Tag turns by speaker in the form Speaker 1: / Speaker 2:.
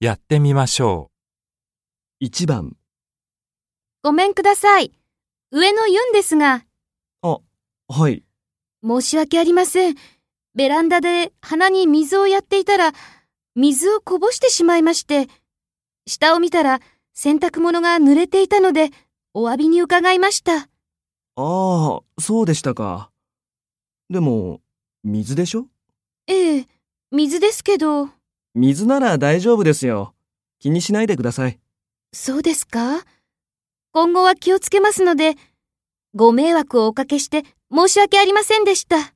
Speaker 1: やってみましょ
Speaker 2: 1番、
Speaker 3: ごめんください。上のユンですが、
Speaker 2: はい、
Speaker 3: 申し訳ありません。ベランダで花に水をやっていたら、水をこぼしてしまいまして、下を見たら洗濯物が濡れていたので、お詫びに伺いました。
Speaker 2: ああ、そうでしたか。でも、水でしょ
Speaker 3: ええ、水ですけど、
Speaker 2: 水なら大丈夫ですよ。気にしないでください。
Speaker 3: そうですか今後は気をつけますので、ご迷惑をおかけして申し訳ありませんでした。